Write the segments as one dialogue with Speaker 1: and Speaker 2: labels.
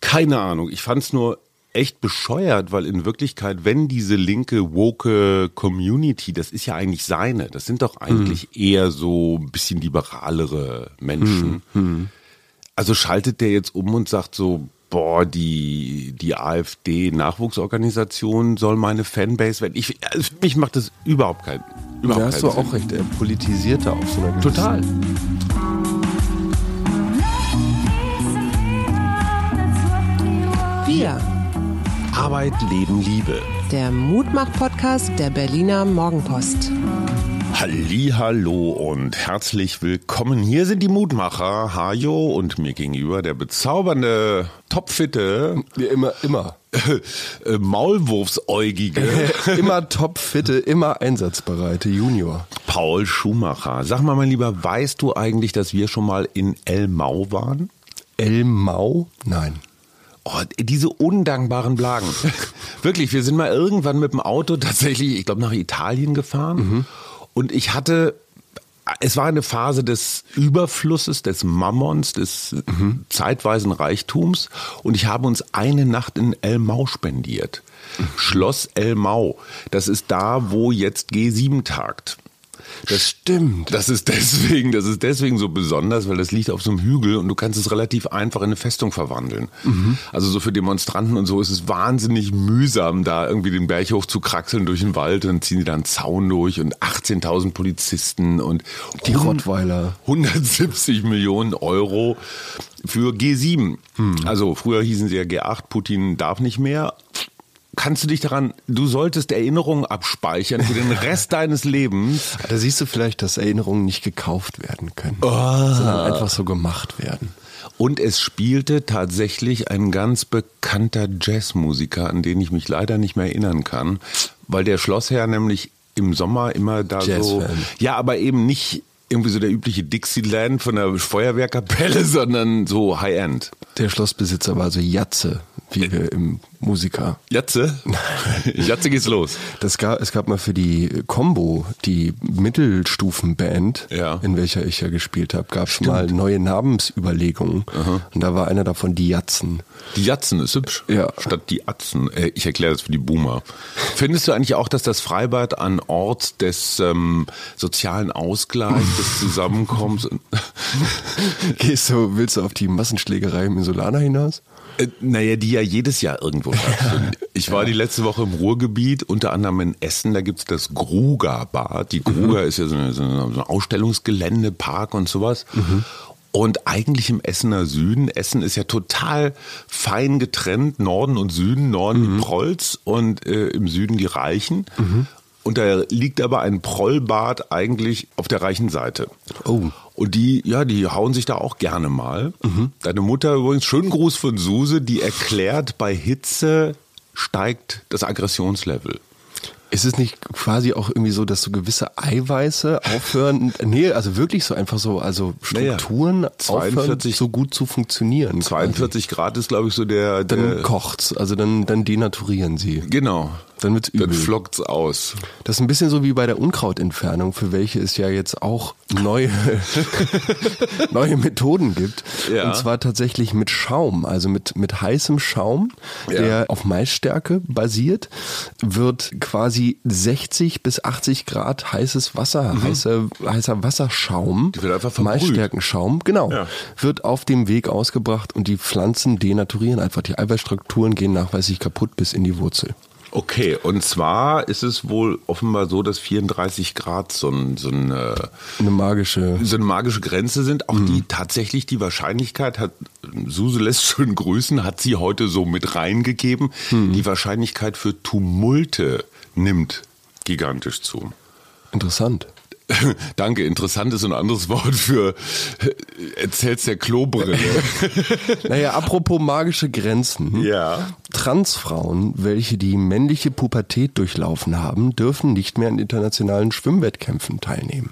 Speaker 1: keine Ahnung. Ich fand es nur echt bescheuert, weil in Wirklichkeit, wenn diese linke, woke Community, das ist ja eigentlich seine, das sind doch
Speaker 2: Hm.
Speaker 1: eigentlich eher so ein bisschen liberalere Menschen.
Speaker 2: Hm,
Speaker 1: Also schaltet der jetzt um und sagt so, boah, die, die AfD-Nachwuchsorganisation soll meine Fanbase werden. Ich, also für mich macht das überhaupt keinen überhaupt
Speaker 2: Da hast du
Speaker 1: keinen Sinn.
Speaker 2: auch recht, er politisierter auf so einer gewissen-
Speaker 1: Total.
Speaker 3: Wir,
Speaker 1: Arbeit, Leben, Liebe.
Speaker 3: der Mutmach-Podcast der Berliner Morgenpost.
Speaker 1: Hallo und herzlich willkommen. Hier sind die Mutmacher Hajo und mir gegenüber der bezaubernde, topfitte,
Speaker 2: Ja, immer, immer.
Speaker 1: äh, Maulwurfsäugige
Speaker 2: immer topfitte, immer einsatzbereite Junior.
Speaker 1: Paul Schumacher. Sag mal, mein Lieber, weißt du eigentlich, dass wir schon mal in El Mau waren?
Speaker 2: El Mau? Nein.
Speaker 1: Oh, diese undankbaren Blagen. Wirklich, wir sind mal irgendwann mit dem Auto tatsächlich, ich glaube, nach Italien gefahren. Und ich hatte, es war eine Phase des Überflusses, des Mammons, des zeitweisen Reichtums. Und ich habe uns eine Nacht in El Mau spendiert. Schloss El Mau. Das ist da, wo jetzt G7 tagt. Das
Speaker 2: Stimmt.
Speaker 1: das ist deswegen, das ist deswegen so besonders, weil das liegt auf so einem Hügel und du kannst es relativ einfach in eine Festung verwandeln. Also so für Demonstranten und so ist es wahnsinnig mühsam, da irgendwie den Berg hoch zu kraxeln durch den Wald und ziehen die dann einen Zaun durch und 18.000 Polizisten und
Speaker 2: Die
Speaker 1: Hun-
Speaker 2: Rottweiler.
Speaker 1: 170 Millionen Euro für G7.
Speaker 2: Hm.
Speaker 1: Also früher hießen sie ja G8, Putin darf nicht mehr. Kannst du dich daran, du solltest Erinnerungen abspeichern für den Rest deines Lebens.
Speaker 2: Da siehst du vielleicht, dass Erinnerungen nicht gekauft werden können,
Speaker 1: Ah.
Speaker 2: sondern einfach so gemacht werden.
Speaker 1: Und es spielte tatsächlich ein ganz bekannter Jazzmusiker, an den ich mich leider nicht mehr erinnern kann, weil der Schlossherr nämlich im Sommer immer da so.
Speaker 2: Jazzfan.
Speaker 1: Ja, aber eben nicht irgendwie so der übliche Dixieland von der Feuerwehrkapelle, sondern so High-End.
Speaker 2: Der Schlossbesitzer war so Jatze, wie wir im Musiker.
Speaker 1: Jatze? Jatze geht's los.
Speaker 2: Das gab, es gab mal für die Combo, die Mittelstufenband,
Speaker 1: Ja.
Speaker 2: in welcher ich ja gespielt habe, gab es mal neue Namensüberlegungen. Und da war einer davon die Jatzen.
Speaker 1: Die Jatzen ist hübsch.
Speaker 2: Ja.
Speaker 1: Statt die Atzen. Äh, ich erkläre das für die Boomer. Findest du eigentlich auch, dass das Freibad an Ort des ähm, sozialen Ausgleichs, des Zusammenkommens.
Speaker 2: Gehst du, willst du auf die Massenschlägerei im Solana hinaus?
Speaker 1: Äh, Naja, die ja jedes Jahr irgendwo stattfinden. Ich war die letzte Woche im Ruhrgebiet, unter anderem in Essen, da gibt's das Gruger-Bad. Die Gruger ist ja so, eine, so ein Ausstellungsgelände, Park und sowas. Und eigentlich im Essener Süden. Essen ist ja total fein getrennt, Norden und Süden. Norden die Prolls und äh, im Süden die Reichen. Und da liegt aber ein Prollbad eigentlich auf der reichen Seite.
Speaker 2: Oh.
Speaker 1: Und die, ja, die hauen sich da auch gerne mal.
Speaker 2: Mhm.
Speaker 1: Deine Mutter übrigens, schönen Gruß von Suse, die erklärt, bei Hitze steigt das Aggressionslevel.
Speaker 2: Ist es nicht quasi auch irgendwie so, dass so gewisse Eiweiße aufhören? nee, also wirklich so einfach so, also
Speaker 1: Naja.
Speaker 2: Strukturen aufhören,
Speaker 1: 42
Speaker 2: so gut zu funktionieren. quasi.
Speaker 1: 42 Grad ist, glaube ich, so der. der
Speaker 2: Dann kocht's, also dann, dann denaturieren sie.
Speaker 1: genau.
Speaker 2: Dann wird's übel.
Speaker 1: Dann flockt's aus.
Speaker 2: Das ist ein bisschen so wie bei der Unkrautentfernung, für welche es ja jetzt auch neue, neue Methoden gibt.
Speaker 1: Ja.
Speaker 2: Und zwar tatsächlich mit Schaum, also mit, mit heißem Schaum,
Speaker 1: Ja.
Speaker 2: der auf Maisstärke basiert, wird quasi 60 bis 80 Grad heißes Wasser, heißer, heißer Wasserschaum,
Speaker 1: Mhm. Die wird einfach verbrüht.
Speaker 2: Maisstärkenschaum, genau,
Speaker 1: Ja.
Speaker 2: wird auf dem Weg ausgebracht und die Pflanzen denaturieren einfach. Die Eiweißstrukturen gehen nachweislich kaputt bis in die Wurzel.
Speaker 1: Okay, und zwar ist es wohl offenbar so, dass 34 Grad so, ein, äh, so eine
Speaker 2: Eine magische
Speaker 1: so eine magische Grenze sind, auch die tatsächlich die Wahrscheinlichkeit hat, Suse lässt schön grüßen, hat sie heute so mit reingegeben, die Wahrscheinlichkeit für Tumulte nimmt gigantisch zu.
Speaker 2: Interessant.
Speaker 1: Danke, interessant ist ein anderes Wort für äh, erzählst der Klobrille.
Speaker 2: Naja, apropos magische Grenzen.
Speaker 1: Ja.
Speaker 2: Transfrauen, welche die männliche Pubertät durchlaufen haben, dürfen nicht mehr an internationalen Schwimmwettkämpfen teilnehmen.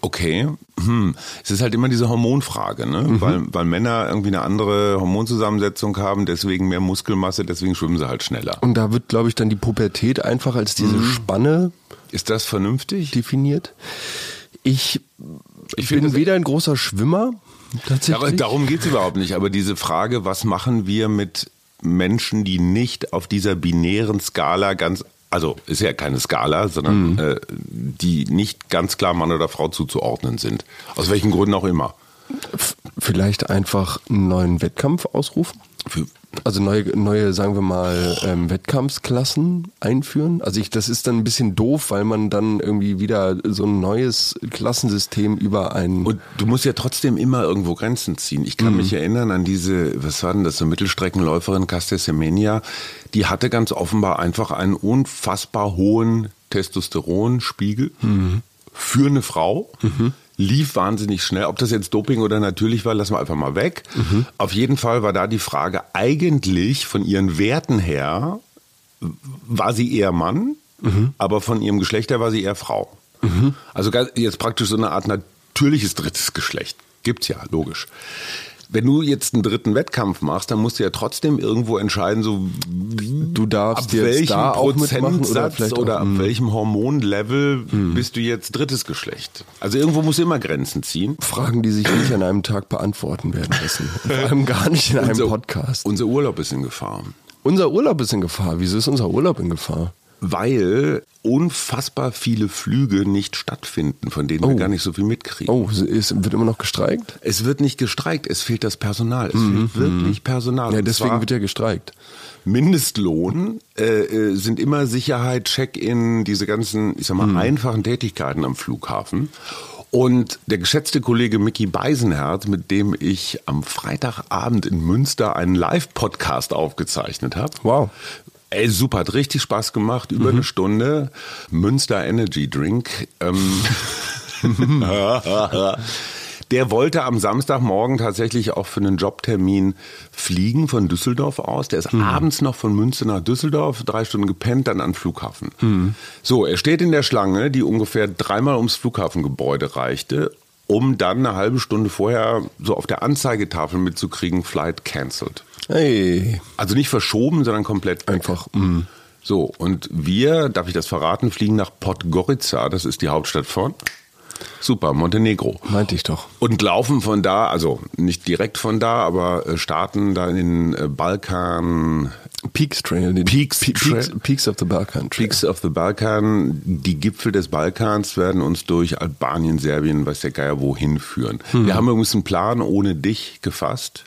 Speaker 1: Okay, hm. es ist halt immer diese Hormonfrage, ne? weil, weil Männer irgendwie eine andere Hormonzusammensetzung haben, deswegen mehr Muskelmasse, deswegen schwimmen sie halt schneller.
Speaker 2: Und da wird, glaube ich, dann die Pubertät einfach als diese
Speaker 1: Mhm.
Speaker 2: Spanne
Speaker 1: Ist das vernünftig?
Speaker 2: definiert. Ich,
Speaker 1: Ich find
Speaker 2: bin
Speaker 1: das-
Speaker 2: weder ein großer Schwimmer tatsächlich.
Speaker 1: Aber darum geht es überhaupt nicht. Aber diese Frage, was machen wir mit Menschen, die nicht auf dieser binären Skala ganz, also ist ja keine Skala, sondern äh, die nicht ganz klar Mann oder Frau zuzuordnen sind. Aus welchen Gründen auch immer.
Speaker 2: F- Vielleicht einfach einen neuen Wettkampf ausrufen?
Speaker 1: Für-
Speaker 2: Also neue, neue sagen wir mal, ähm, Wettkampfsklassen einführen. Also ich, das ist dann ein bisschen doof, weil man dann irgendwie wieder so ein neues Klassensystem über einen.
Speaker 1: Und du musst ja trotzdem immer irgendwo Grenzen ziehen. Ich kann mich erinnern an diese, was war denn das, so Mittelstreckenläuferin Castesemenia, die hatte ganz offenbar einfach einen unfassbar hohen Testosteronspiegel für eine Frau. Lief wahnsinnig schnell. Ob das jetzt Doping oder natürlich war, lassen wir einfach mal weg. Auf jeden Fall war da die Frage eigentlich von ihren Werten her, war sie eher Mann,
Speaker 2: Mhm.
Speaker 1: aber von ihrem Geschlecht her war sie eher Frau. Also ganz- jetzt praktisch so eine Art natürliches drittes Geschlecht. Gibt's ja, logisch. Wenn du jetzt einen dritten Wettkampf machst, dann musst du ja trotzdem irgendwo entscheiden, so
Speaker 2: Du darfst
Speaker 1: ab
Speaker 2: jetzt
Speaker 1: welchem
Speaker 2: da auch mitmachen
Speaker 1: Prozentsatz oder,
Speaker 2: oder vielleicht auch- mhm.
Speaker 1: ab welchem Hormonlevel bist du jetzt drittes Geschlecht. Also irgendwo musst du immer Grenzen ziehen.
Speaker 2: Fragen, die sich nicht an einem Tag beantworten werden müssen. Vor allem gar nicht in einem
Speaker 1: Unser-
Speaker 2: Podcast.
Speaker 1: Unser Urlaub ist in Gefahr.
Speaker 2: Unser Urlaub ist in Gefahr. Wieso ist unser Urlaub in Gefahr?
Speaker 1: Weil unfassbar viele Flüge nicht stattfinden, von denen wir gar nicht so viel mitkriegen.
Speaker 2: Oh, es wird immer noch gestreikt?
Speaker 1: Es wird nicht gestreikt, es fehlt das Personal. Es fehlt wirklich Personal.
Speaker 2: Mhm. Ja,
Speaker 1: Und
Speaker 2: deswegen
Speaker 1: zwar
Speaker 2: wird ja gestreikt.
Speaker 1: Mindestlohn äh, äh, sind immer Sicherheit, Check-in, diese ganzen, ich sag
Speaker 2: Mhm.
Speaker 1: mal, einfachen Tätigkeiten am Flughafen. Und der geschätzte Kollege Mickey Beisenherz, mit dem ich am Freitagabend in Münster einen Live-Podcast aufgezeichnet habe.
Speaker 2: Wow.
Speaker 1: Ey, super, hat richtig Spaß gemacht, über eine Stunde. Münster Energy Drink. Ähm, der wollte am Samstagmorgen tatsächlich auch für einen Jobtermin fliegen von Düsseldorf aus. Der ist abends noch von Münster nach Düsseldorf, drei Stunden gepennt, dann an den Flughafen. So, er steht in der Schlange, die ungefähr dreimal ums Flughafengebäude reichte, um dann eine halbe Stunde vorher so auf der Anzeigetafel mitzukriegen, Flight cancelled.
Speaker 2: Hey.
Speaker 1: Also nicht verschoben, sondern komplett weg.
Speaker 2: Einfach. mm.
Speaker 1: So, und wir, darf ich das verraten, fliegen nach Podgorica, das ist die Hauptstadt von Super, Montenegro.
Speaker 2: Meinte ich doch.
Speaker 1: Und laufen von da, also nicht direkt von da, aber äh, starten da in den äh, Balkan,
Speaker 2: Peaks Trail. den
Speaker 1: Peaks
Speaker 2: Pe-
Speaker 1: Trail.
Speaker 2: Peaks, Peaks of the Balkan Trail.
Speaker 1: Peaks of the Balkan, die Gipfel des Balkans werden uns durch Albanien, Serbien, weiß der Geier wohin führen. Wir haben übrigens einen Plan ohne dich gefasst.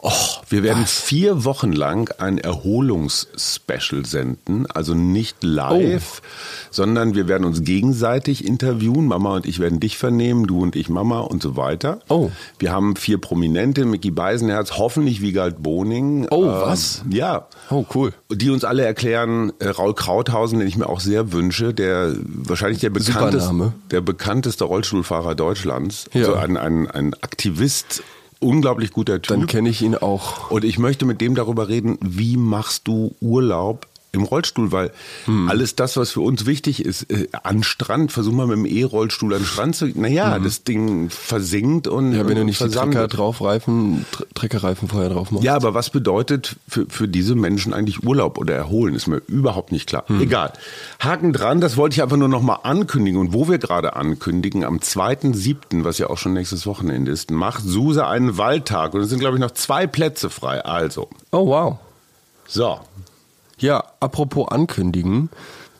Speaker 1: Oh, wir werden vier Wochen lang ein Erholungsspecial senden, also nicht live, sondern wir werden uns gegenseitig interviewen. Mama und ich werden dich vernehmen, du und ich Mama und so weiter.
Speaker 2: Oh.
Speaker 1: Wir haben vier Prominente, Mickey Beisenherz, hoffentlich Wiegald Boning.
Speaker 2: Oh, was?
Speaker 1: Ja
Speaker 2: Oh, cool.
Speaker 1: die uns alle erklären, äh, Raul Krauthausen, den ich mir auch sehr wünsche, der wahrscheinlich der bekannteste,
Speaker 2: Name.
Speaker 1: der bekannteste Rollstuhlfahrer Deutschlands,
Speaker 2: Ja.
Speaker 1: also ein, ein, ein Aktivist, unglaublich guter Typ.
Speaker 2: Dann kenne ich ihn auch.
Speaker 1: Und ich möchte mit dem darüber reden, wie machst du Urlaub im Rollstuhl, weil
Speaker 2: Hm.
Speaker 1: alles das, was für uns wichtig ist, äh, an Strand, versuch mal mit dem E-Rollstuhl an den Strand zu gehen. Naja, das Ding versinkt und
Speaker 2: Hm. Ja, wenn du
Speaker 1: und
Speaker 2: nicht die
Speaker 1: versandet.
Speaker 2: Trecker draufreifen, Tr- Treckerreifen vorher drauf machst.
Speaker 1: Ja, aber was bedeutet für, für diese Menschen eigentlich Urlaub oder Erholen? Ist mir überhaupt nicht klar. Egal. Haken dran, das wollte ich einfach nur nochmal ankündigen. Und wo wir gerade ankündigen, am 2.7., was ja auch schon nächstes Wochenende ist, macht Suse einen Waldtag. Und es sind, glaube ich, noch zwei Plätze frei. Also,
Speaker 2: Oh, wow.
Speaker 1: so.
Speaker 2: Ja, apropos ankündigen.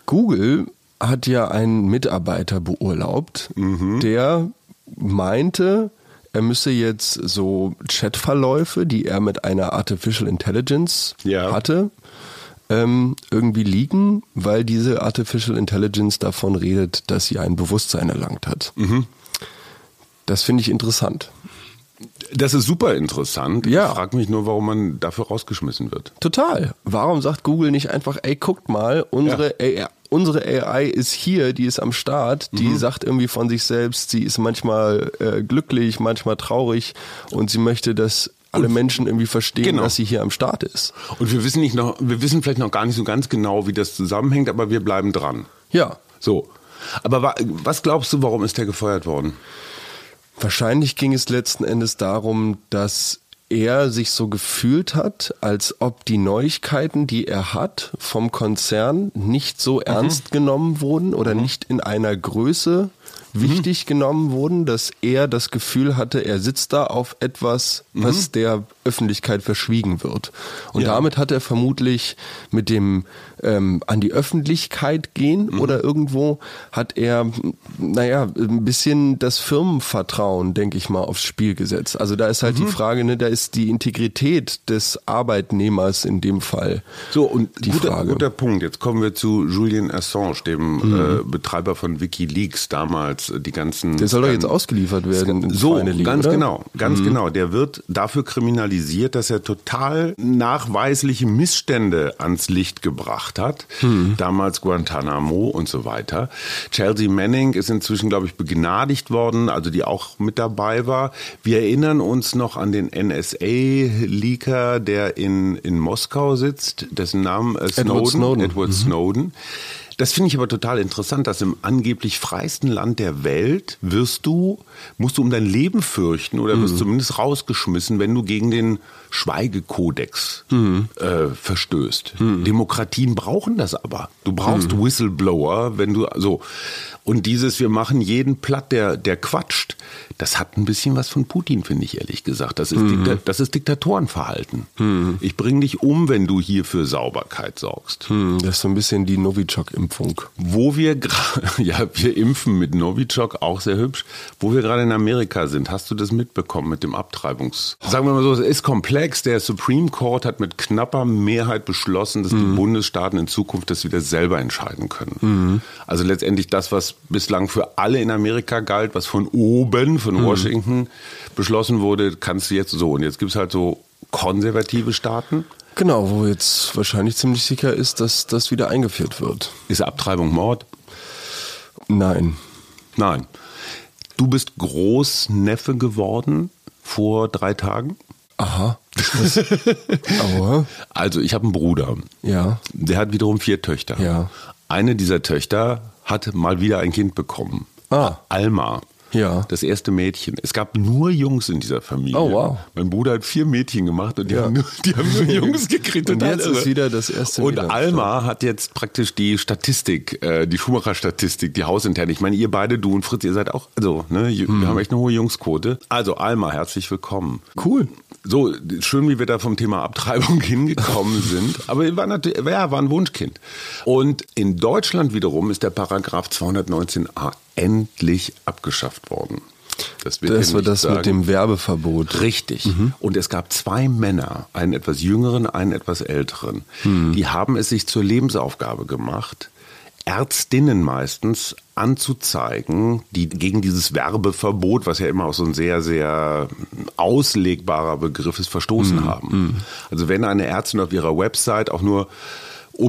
Speaker 2: Google hat ja einen Mitarbeiter beurlaubt, der meinte, er müsse jetzt so Chatverläufe, die er mit einer Artificial Intelligence
Speaker 1: Ja.
Speaker 2: hatte, ähm, irgendwie liegen, weil diese Artificial Intelligence davon redet, dass sie ein Bewusstsein erlangt hat. Das finde ich interessant.
Speaker 1: Das ist super interessant.
Speaker 2: Ja.
Speaker 1: Ich frage mich nur, warum man dafür rausgeschmissen wird.
Speaker 2: Total. Warum sagt Google nicht einfach, ey, guckt mal, unsere, AI, unsere AI ist hier, die ist am Start, die sagt irgendwie von sich selbst, sie ist manchmal äh, glücklich, manchmal traurig und sie möchte, dass alle Menschen irgendwie verstehen,
Speaker 1: Genau.
Speaker 2: dass sie hier am Start ist.
Speaker 1: Und wir wissen, nicht noch, wir wissen vielleicht noch gar nicht so ganz genau, wie das zusammenhängt, aber wir bleiben dran.
Speaker 2: Ja.
Speaker 1: So. Aber wa was glaubst du, warum ist der gefeuert worden?
Speaker 2: Wahrscheinlich ging es letzten Endes darum, dass er sich so gefühlt hat, als ob die Neuigkeiten, die er hat vom Konzern, nicht so ernst genommen wurden oder nicht in einer Größe wichtig genommen wurden, dass er das Gefühl hatte, er sitzt da auf etwas, was der Öffentlichkeit verschwiegen wird. Und
Speaker 1: Ja.
Speaker 2: damit hat er vermutlich mit dem ähm, an die Öffentlichkeit gehen
Speaker 1: Mhm.
Speaker 2: oder irgendwo hat er, naja, ein bisschen das Firmenvertrauen, denke ich mal, aufs Spiel gesetzt. Also da ist halt
Speaker 1: Mhm.
Speaker 2: die Frage, ne, da ist die Integrität des Arbeitnehmers in dem Fall.
Speaker 1: So, und
Speaker 2: die
Speaker 1: guter,
Speaker 2: Frage. Mhm.
Speaker 1: guter Punkt. Jetzt kommen wir zu Julian Assange, dem äh, Betreiber von Wikileaks damals, äh, die ganzen.
Speaker 2: Der soll doch jetzt
Speaker 1: Skan-
Speaker 2: ausgeliefert werden. in
Speaker 1: So,
Speaker 2: Finally,
Speaker 1: ganz
Speaker 2: oder? Mhm.
Speaker 1: genau, ganz genau. Der wird dafür kriminalisiert, dass er total nachweisliche Missstände ans Licht gebracht hat.
Speaker 2: Hm.
Speaker 1: Damals Guantanamo und so weiter. Chelsea Manning ist inzwischen, glaube ich, begnadigt worden, also die auch mit dabei war. Wir erinnern uns noch an den NSA-Leaker, der in, in Moskau sitzt, dessen Namen äh, Snowden,
Speaker 2: Edward Snowden.
Speaker 1: Edward Snowden. Das finde ich aber total interessant, dass im angeblich freisten Land der Welt wirst du, musst du um dein Leben fürchten oder wirst zumindest rausgeschmissen, wenn du gegen den Schweigekodex äh, verstößt. Demokratien brauchen das aber. Du brauchst Whistleblower, wenn du so. Und dieses, wir machen jeden platt, der, der quatscht, das hat ein bisschen was von Putin, finde ich ehrlich gesagt. Das ist, Dikta das ist Diktatorenverhalten. Ich bringe dich um, wenn du hier für Sauberkeit sorgst
Speaker 2: Hm, Das ist so ein bisschen die Novichok-Impfung.
Speaker 1: wo wir gra- ja wir impfen mit Novichok auch sehr hübsch, wo wir gerade in Amerika sind. Hast du das mitbekommen mit dem Abtreibungs? Sagen wir mal so, es ist komplex. Der Supreme Court hat mit knapper Mehrheit beschlossen, dass die Bundesstaaten in Zukunft das wieder selber entscheiden können. Also letztendlich das, was bislang für alle in Amerika galt, was von oben, von Washington beschlossen wurde, kannst du jetzt so. Und jetzt gibt's halt so konservative Staaten.
Speaker 2: Genau, wo jetzt wahrscheinlich ziemlich sicher ist, dass das wieder eingeführt wird.
Speaker 1: Ist Abtreibung Mord?
Speaker 2: Nein.
Speaker 1: Nein. Du bist Großneffe geworden vor drei Tagen.
Speaker 2: Aha. Was? Aber,
Speaker 1: Also ich habe einen Bruder.
Speaker 2: ja.
Speaker 1: Der hat wiederum vier Töchter.
Speaker 2: Ja.
Speaker 1: Eine dieser Töchter hat mal wieder ein Kind bekommen.
Speaker 2: Ah.
Speaker 1: Alma.
Speaker 2: Ja.
Speaker 1: Das erste Mädchen. Es gab nur Jungs in dieser Familie.
Speaker 2: Oh, wow.
Speaker 1: Mein Bruder hat vier Mädchen gemacht und die,
Speaker 2: Ja.
Speaker 1: haben, nur, die haben nur Jungs gekriegt.
Speaker 2: Und jetzt
Speaker 1: alle.
Speaker 2: ist wieder das erste
Speaker 1: Und
Speaker 2: Mädel am
Speaker 1: Alma hat jetzt praktisch die Statistik, äh, die Schumacher-Statistik, die hausinterne. Ich meine, ihr beide, du und Fritz, ihr seid auch, also, ne, wir
Speaker 2: Hm.
Speaker 1: haben echt eine hohe Jungsquote. Also, Alma, herzlich willkommen.
Speaker 2: Cool.
Speaker 1: So, schön, wie wir da vom Thema Abtreibung hingekommen sind. Aber er war natürlich, ja, war ein Wunschkind. Und in Deutschland wiederum ist der Paragraph 219a endlich abgeschafft worden. Das, wird
Speaker 2: Das
Speaker 1: dir
Speaker 2: war
Speaker 1: nicht
Speaker 2: das
Speaker 1: sagen.
Speaker 2: mit dem Werbeverbot.
Speaker 1: Richtig.
Speaker 2: Mhm.
Speaker 1: Und es gab zwei Männer, einen etwas jüngeren, einen etwas älteren.
Speaker 2: Mhm.
Speaker 1: Die haben es sich zur Lebensaufgabe gemacht, Ärztinnen meistens anzuzeigen, die gegen dieses Werbeverbot, was ja immer auch so ein sehr, sehr auslegbarer Begriff ist,
Speaker 2: Mhm.
Speaker 1: verstoßen haben. Also wenn eine Ärztin auf ihrer Website auch nur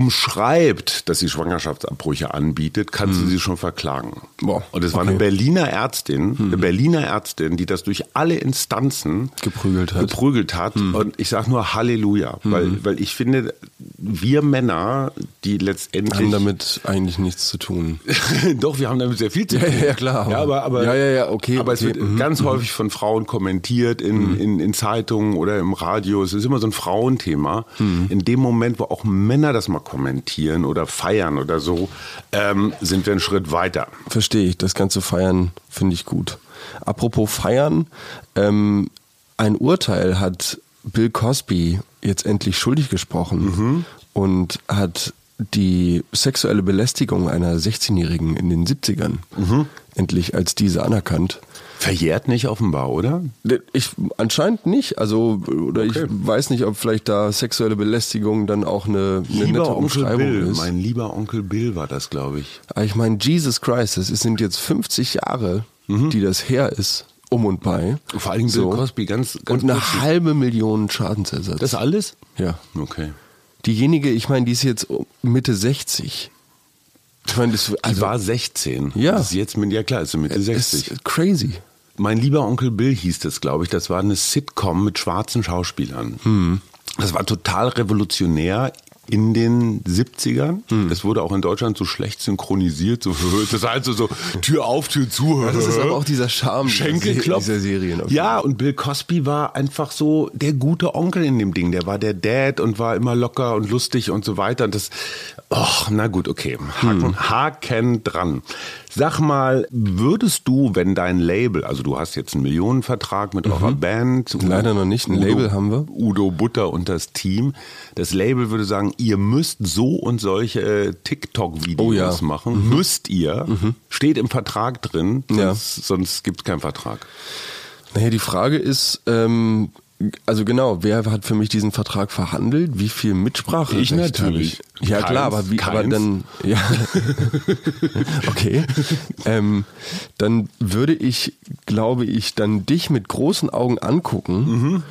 Speaker 1: umschreibt, dass sie Schwangerschaftsabbrüche anbietet, kann sie sie schon verklagen.
Speaker 2: Mhm. Boah,
Speaker 1: Und es war eine
Speaker 2: okay.
Speaker 1: Berliner Ärztin, eine
Speaker 2: Mhm.
Speaker 1: Berliner Ärztin, die das durch alle Instanzen
Speaker 2: Geprügelt hat. Mhm.
Speaker 1: geprügelt hat. Und ich sage nur Halleluja, weil, weil ich finde, wir Männer, die letztendlich
Speaker 2: Haben damit eigentlich nichts zu tun.
Speaker 1: Doch, wir haben damit sehr viel zu
Speaker 2: Ja,
Speaker 1: tun.
Speaker 2: ja, klar.
Speaker 1: Ja, aber, aber,
Speaker 2: Ja, ja, ja, okay,
Speaker 1: aber es
Speaker 2: okay,
Speaker 1: wird
Speaker 2: mhm,
Speaker 1: ganz häufig von Frauen kommentiert in, in, in Zeitungen oder im Radio. Es ist immer so ein Frauenthema.
Speaker 2: Mhm.
Speaker 1: In dem Moment, wo auch Männer das mal kommentieren oder feiern oder so, ähm, sind wir einen Schritt weiter.
Speaker 2: Verstehe ich. Das ganze Feiern finde ich gut. Apropos Feiern, ähm, ein Urteil hat Bill Cosby jetzt endlich schuldig gesprochen
Speaker 1: Mhm.
Speaker 2: und hat die sexuelle Belästigung einer 16-Jährigen in den 70ern
Speaker 1: Mhm.
Speaker 2: endlich als diese anerkannt.
Speaker 1: Verjährt nicht offenbar, oder?
Speaker 2: Ich anscheinend nicht, also oder
Speaker 1: Okay.
Speaker 2: ich weiß nicht, ob vielleicht da sexuelle Belästigung dann auch eine, eine nette
Speaker 1: Lieber Onkel
Speaker 2: Umschreibung
Speaker 1: Bill,
Speaker 2: ist.
Speaker 1: mein lieber Onkel Bill war das, glaube ich.
Speaker 2: Aber ich meine, Jesus Christ, das ist- sind jetzt 50 Jahre, die das her ist, um und bei.
Speaker 1: Mhm. Vor allem Bill
Speaker 2: So.
Speaker 1: Cosby, ganz, ganz
Speaker 2: und eine
Speaker 1: plötzlich.
Speaker 2: halbe Million Schadensersatz.
Speaker 1: Das alles?
Speaker 2: ja.
Speaker 1: Okay.
Speaker 2: Diejenige, ich meine, die ist jetzt Mitte 60. Ich meine, das
Speaker 1: Also,
Speaker 2: also,
Speaker 1: war 16.
Speaker 2: Ja.
Speaker 1: Das ist jetzt mit, ja klar, ist so Mitte 60.
Speaker 2: ist crazy.
Speaker 1: Mein lieber Onkel Bill hieß das, glaube ich. Das war eine Sitcom mit schwarzen Schauspielern.
Speaker 2: Hm.
Speaker 1: Das war total revolutionär in den 70ern.
Speaker 2: Hm.
Speaker 1: Das wurde auch in Deutschland so schlecht synchronisiert. So, das war also so Tür auf, Tür zu.
Speaker 2: das ist aber auch dieser Charme dieser
Speaker 1: Äh? Schenkelklopf.
Speaker 2: Se- dieser Serien auf
Speaker 1: Ja, und Bill Cosby war einfach so der gute Onkel in dem Ding. Der war der Dad und war immer locker und
Speaker 2: Hm.
Speaker 1: lustig und so weiter. Und das, och, na gut, okay. Haken, Haken dran. Sag mal, würdest du, wenn dein Label, also du hast jetzt einen Millionenvertrag mit eurer Band.
Speaker 2: Mhm. Leider noch nicht, ein Label haben wir.
Speaker 1: Udo Butter und das Team. Das Label würde sagen, ihr müsst so und solche äh, TikTok-Videos
Speaker 2: Oh ja.
Speaker 1: machen. Müsst ihr. Steht im Vertrag drin, sonst,
Speaker 2: Mhm. Ja.
Speaker 1: sonst gibt es keinen Vertrag.
Speaker 2: Naja, die Frage ist, ähm, also genau, wer hat für mich diesen Vertrag verhandelt? Wie viel Mitsprache?
Speaker 1: Ich natürlich.
Speaker 2: Ja klar,
Speaker 1: Keins,
Speaker 2: aber wie, aber
Speaker 1: keins.
Speaker 2: dann, ja, okay, ähm, dann würde ich, glaube ich, dann dich mit großen Augen angucken.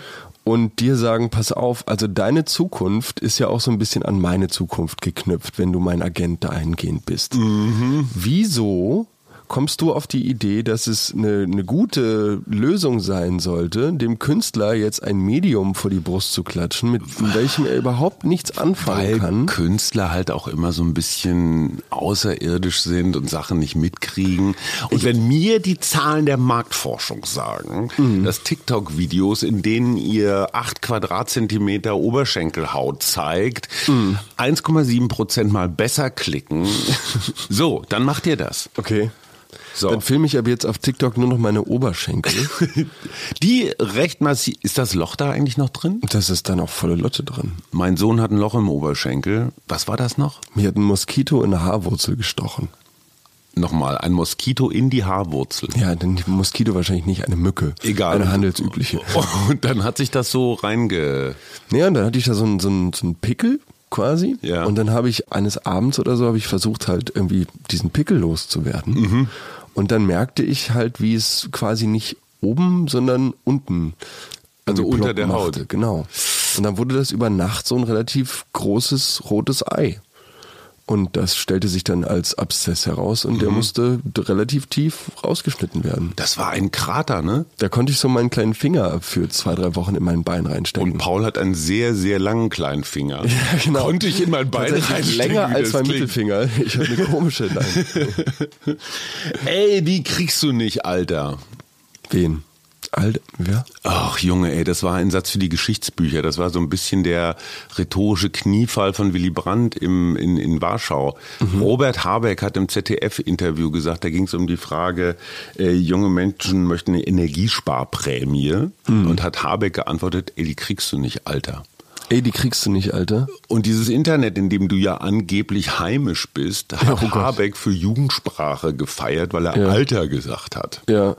Speaker 2: Und dir sagen, pass auf, also deine Zukunft ist ja auch so ein bisschen an meine Zukunft geknüpft, wenn du mein Agent dahingehend bist. Wieso kommst du auf die Idee, dass es eine, eine gute Lösung sein sollte, dem Künstler jetzt ein Medium vor die Brust zu klatschen, mit welchem er überhaupt nichts anfangen
Speaker 1: Weil
Speaker 2: kann?
Speaker 1: Künstler halt auch immer so ein bisschen außerirdisch sind und Sachen nicht mitkriegen. Und wenn mir die Zahlen der Marktforschung sagen,
Speaker 2: Mhm.
Speaker 1: dass TikTok-Videos, in denen ihr 8 Quadratzentimeter Oberschenkelhaut zeigt,
Speaker 2: Mhm.
Speaker 1: 1,7 Prozent mal besser klicken, so, dann macht ihr das.
Speaker 2: Okay.
Speaker 1: So.
Speaker 2: Dann filme ich ab jetzt auf TikTok nur noch meine Oberschenkel.
Speaker 1: Die recht massiv. Ist das Loch da eigentlich noch drin?
Speaker 2: Das ist dann auch volle Lotte drin.
Speaker 1: Mein Sohn hat ein Loch im Oberschenkel. Was war das noch?
Speaker 2: Mir hat ein Moskito in eine Haarwurzel gestochen.
Speaker 1: Nochmal, ein Moskito in die Haarwurzel.
Speaker 2: Ja, ein Moskito wahrscheinlich nicht, eine Mücke.
Speaker 1: Egal. Oh,
Speaker 2: Eine handelsübliche.
Speaker 1: Und dann hat sich das so reinge.
Speaker 2: Ja, und dann hatte ich da so einen, so einen, so einen Pickel quasi.
Speaker 1: Ja.
Speaker 2: Und dann habe ich eines Abends oder so habe ich versucht halt irgendwie diesen Pickel loszuwerden.
Speaker 1: Mhm.
Speaker 2: Und dann merkte ich halt, wie es quasi nicht oben, sondern unten.
Speaker 1: Also
Speaker 2: irgendwie
Speaker 1: unter
Speaker 2: plopp
Speaker 1: der
Speaker 2: machte.
Speaker 1: Haut.
Speaker 2: Genau. Und dann wurde das über Nacht so ein relativ großes rotes Ei. Und das stellte sich dann als Abszess heraus und
Speaker 1: Mhm.
Speaker 2: der musste d- relativ tief rausgeschnitten werden.
Speaker 1: Das war ein Krater, ne?
Speaker 2: Da konnte ich so meinen kleinen Finger für zwei, drei Wochen in mein Bein reinstecken.
Speaker 1: Und Paul hat einen sehr, sehr langen kleinen Finger.
Speaker 2: Ja, genau.
Speaker 1: Konnte ich in mein Bein
Speaker 2: Tatsächlich
Speaker 1: reinstecken,
Speaker 2: Länger
Speaker 1: wie
Speaker 2: als
Speaker 1: das
Speaker 2: mein
Speaker 1: klingt.
Speaker 2: Mittelfinger. Ich habe eine komische. Nein.
Speaker 1: Ey, die kriegst du nicht, Alter.
Speaker 2: Wen? Alt, wer?
Speaker 1: Ach Junge, ey, das war ein Satz für die Geschichtsbücher. Das war so ein bisschen der rhetorische Kniefall von Willy Brandt im, in, in Warschau.
Speaker 2: Mhm.
Speaker 1: Robert Habeck hat im ZDF-Interview gesagt, da ging es um die Frage, äh, junge Menschen möchten eine Energiesparprämie.
Speaker 2: Mhm.
Speaker 1: Und hat Habeck geantwortet, ey, die kriegst du nicht, Alter.
Speaker 2: Ey, die kriegst du nicht, Alter.
Speaker 1: Und dieses Internet, in dem du ja angeblich heimisch bist,
Speaker 2: Ja,
Speaker 1: hat
Speaker 2: oh Gott.
Speaker 1: Habeck für Jugendsprache gefeiert, weil er
Speaker 2: Ja.
Speaker 1: Alter gesagt hat.
Speaker 2: Ja,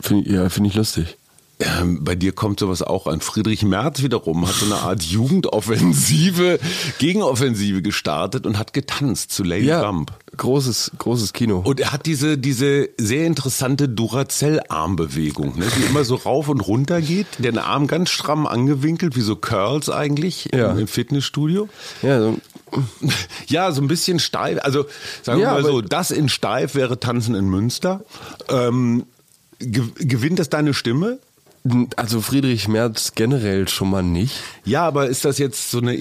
Speaker 2: finde ja, find ich lustig.
Speaker 1: Ähm, bei dir kommt sowas auch an. Friedrich Merz wiederum hat so eine Art Jugendoffensive, Gegenoffensive gestartet und hat getanzt zu Lady
Speaker 2: Ja,
Speaker 1: Bump.
Speaker 2: großes, großes Kino.
Speaker 1: Und er hat diese, diese sehr interessante Duracell-Armbewegung, ne, die immer so rauf und runter geht, den Arm ganz stramm angewinkelt, wie so Curls eigentlich
Speaker 2: Ja.
Speaker 1: im, im Fitnessstudio.
Speaker 2: ja, so,
Speaker 1: Ja, so ein bisschen steif. Also sagen
Speaker 2: Ja,
Speaker 1: wir mal
Speaker 2: aber-
Speaker 1: so, das in steif wäre Tanzen in Münster. Ähm, ge gewinnt das deine Stimme?
Speaker 2: also Friedrich Merz generell schon mal nicht.
Speaker 1: Ja, aber ist das jetzt so eine